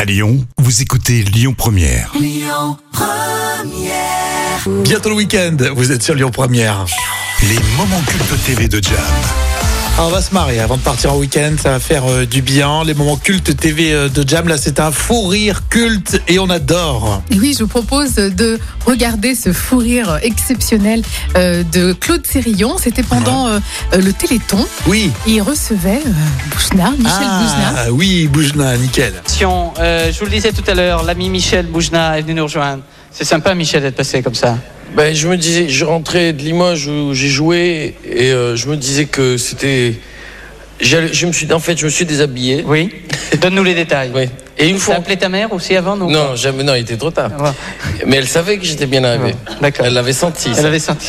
À Lyon, vous écoutez Lyon Première. Bientôt le week-end, vous êtes sur Lyon Première. Les moments cultes TV de Jam. Ah, on va se marrer avant de partir en week-end, ça va faire euh, du bien. Les moments cultes TV euh, de Jam, là c'est un fou rire culte et on adore. Et oui, je vous propose de regarder ce fou rire exceptionnel euh, de Claude Sérillon. C'était pendant euh, euh, le Téléthon. Oui. Il recevait euh, Bougenard, Michel Bougenard. ah, oui, Boujna, nickel. Sion, euh, je vous le disais tout à l'heure, l'ami Michel Boujna est venu nous rejoindre. C'est sympa, Michel, d'être passé comme ça. Ben, je me disais, je rentrais de Limoges où j'ai joué et euh, je me disais que c'était. j'allais- Je me suis, en fait, je me suis déshabillé. Oui. Donne-nous les détails. Oui. Et une T'as fois. appelé ta mère aussi avant nous Non, jamais, non, il était trop tard. Ah, voilà. Mais elle savait que j'étais bien arrivé. Ah, d'accord. Elle l'avait senti. ça. Elle avait senti.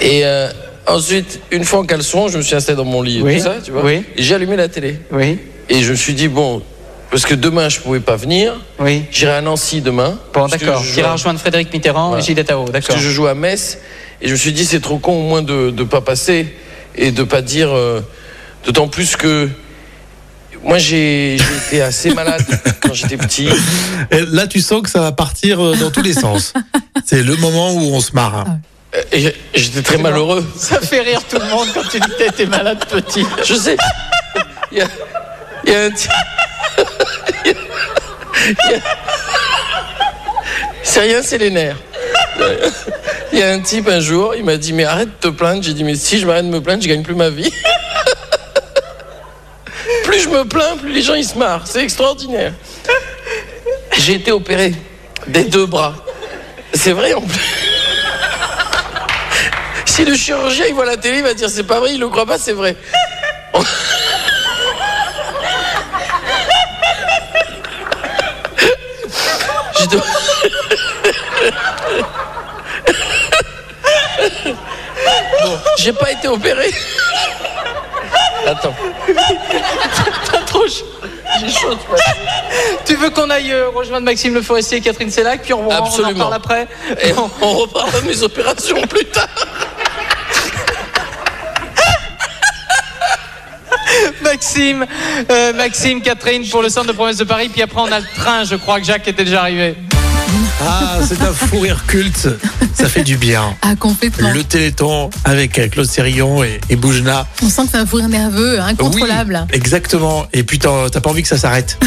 Et euh, ensuite, une fois en caleçon, je me suis installé dans mon lit. et Oui. Tout ça, tu vois. Oui. Et j'ai allumé la télé. Oui. Et je me suis dit, bon, parce que demain, je pouvais pas venir. Oui. J'irai à Nancy demain. Bon, Parce que d'accord. je Tu iras joue à- rejoindre Frédéric Mitterrand Voilà. et Gilles Tao. Parce D'accord. que je joue à Metz et je me suis dit c'est trop con au moins de ne pas passer et de pas dire. euh, D'autant plus que moi j'ai j'ai été assez malade quand j'étais petit. Et là tu sens que ça va partir euh, dans tous les sens. C'est le moment où on se marre. Et j'ai- j'étais très malheureux. Ça fait rire tout le monde quand tu dis que t'es malade petit. Je sais. Il y a, il y a un type. il y a- C'est rien, c'est les nerfs. Il y a un type un jour, il m'a dit mais arrête de te plaindre. J'ai dit mais si je m'arrête de me plaindre, je gagne plus ma vie. plus je me plains, plus les gens ils se marrent. C'est extraordinaire. J'ai été opéré des deux bras. C'est vrai en plus. Si le chirurgien il voit la télé, il va dire c'est pas vrai, il le croit pas, c'est vrai. Je dois- Bon, j'ai pas été opéré. Attends. T'as trop chaud. Tu veux qu'on aille euh, rejoindre Maxime Le Forestier et Catherine Sellac, puis on, va en Absolument. parle après. Et Bon. on reparlera de mes opérations plus tard. Maxime, euh, Maxime, Catherine pour le centre de province de Paris, puis après on a le train, je crois que Jacques était déjà arrivé. Ah, c'est un fou rire culte, ça fait du bien. Ah, complètement. Le Téléthon avec euh, Claude Sérillon et, et Boujna. On sent que c'est un fou rire nerveux, hein, incontrôlable. Oui, exactement. Et puis t'en- t'as pas envie que ça s'arrête.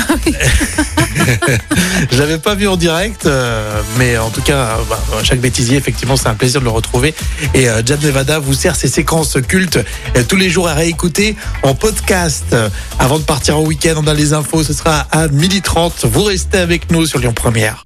Je l'avais pas vu en direct, euh, mais en tout cas, euh, bah, chaque bêtisier, effectivement, c'est un plaisir de le retrouver. Et euh, Jam Nevada vous sert ses séquences cultes euh, tous les jours à réécouter en podcast. Euh, Avant de partir en week-end, on a les infos. Ce sera à 12h30. Vous restez avec nous sur Lyon Première.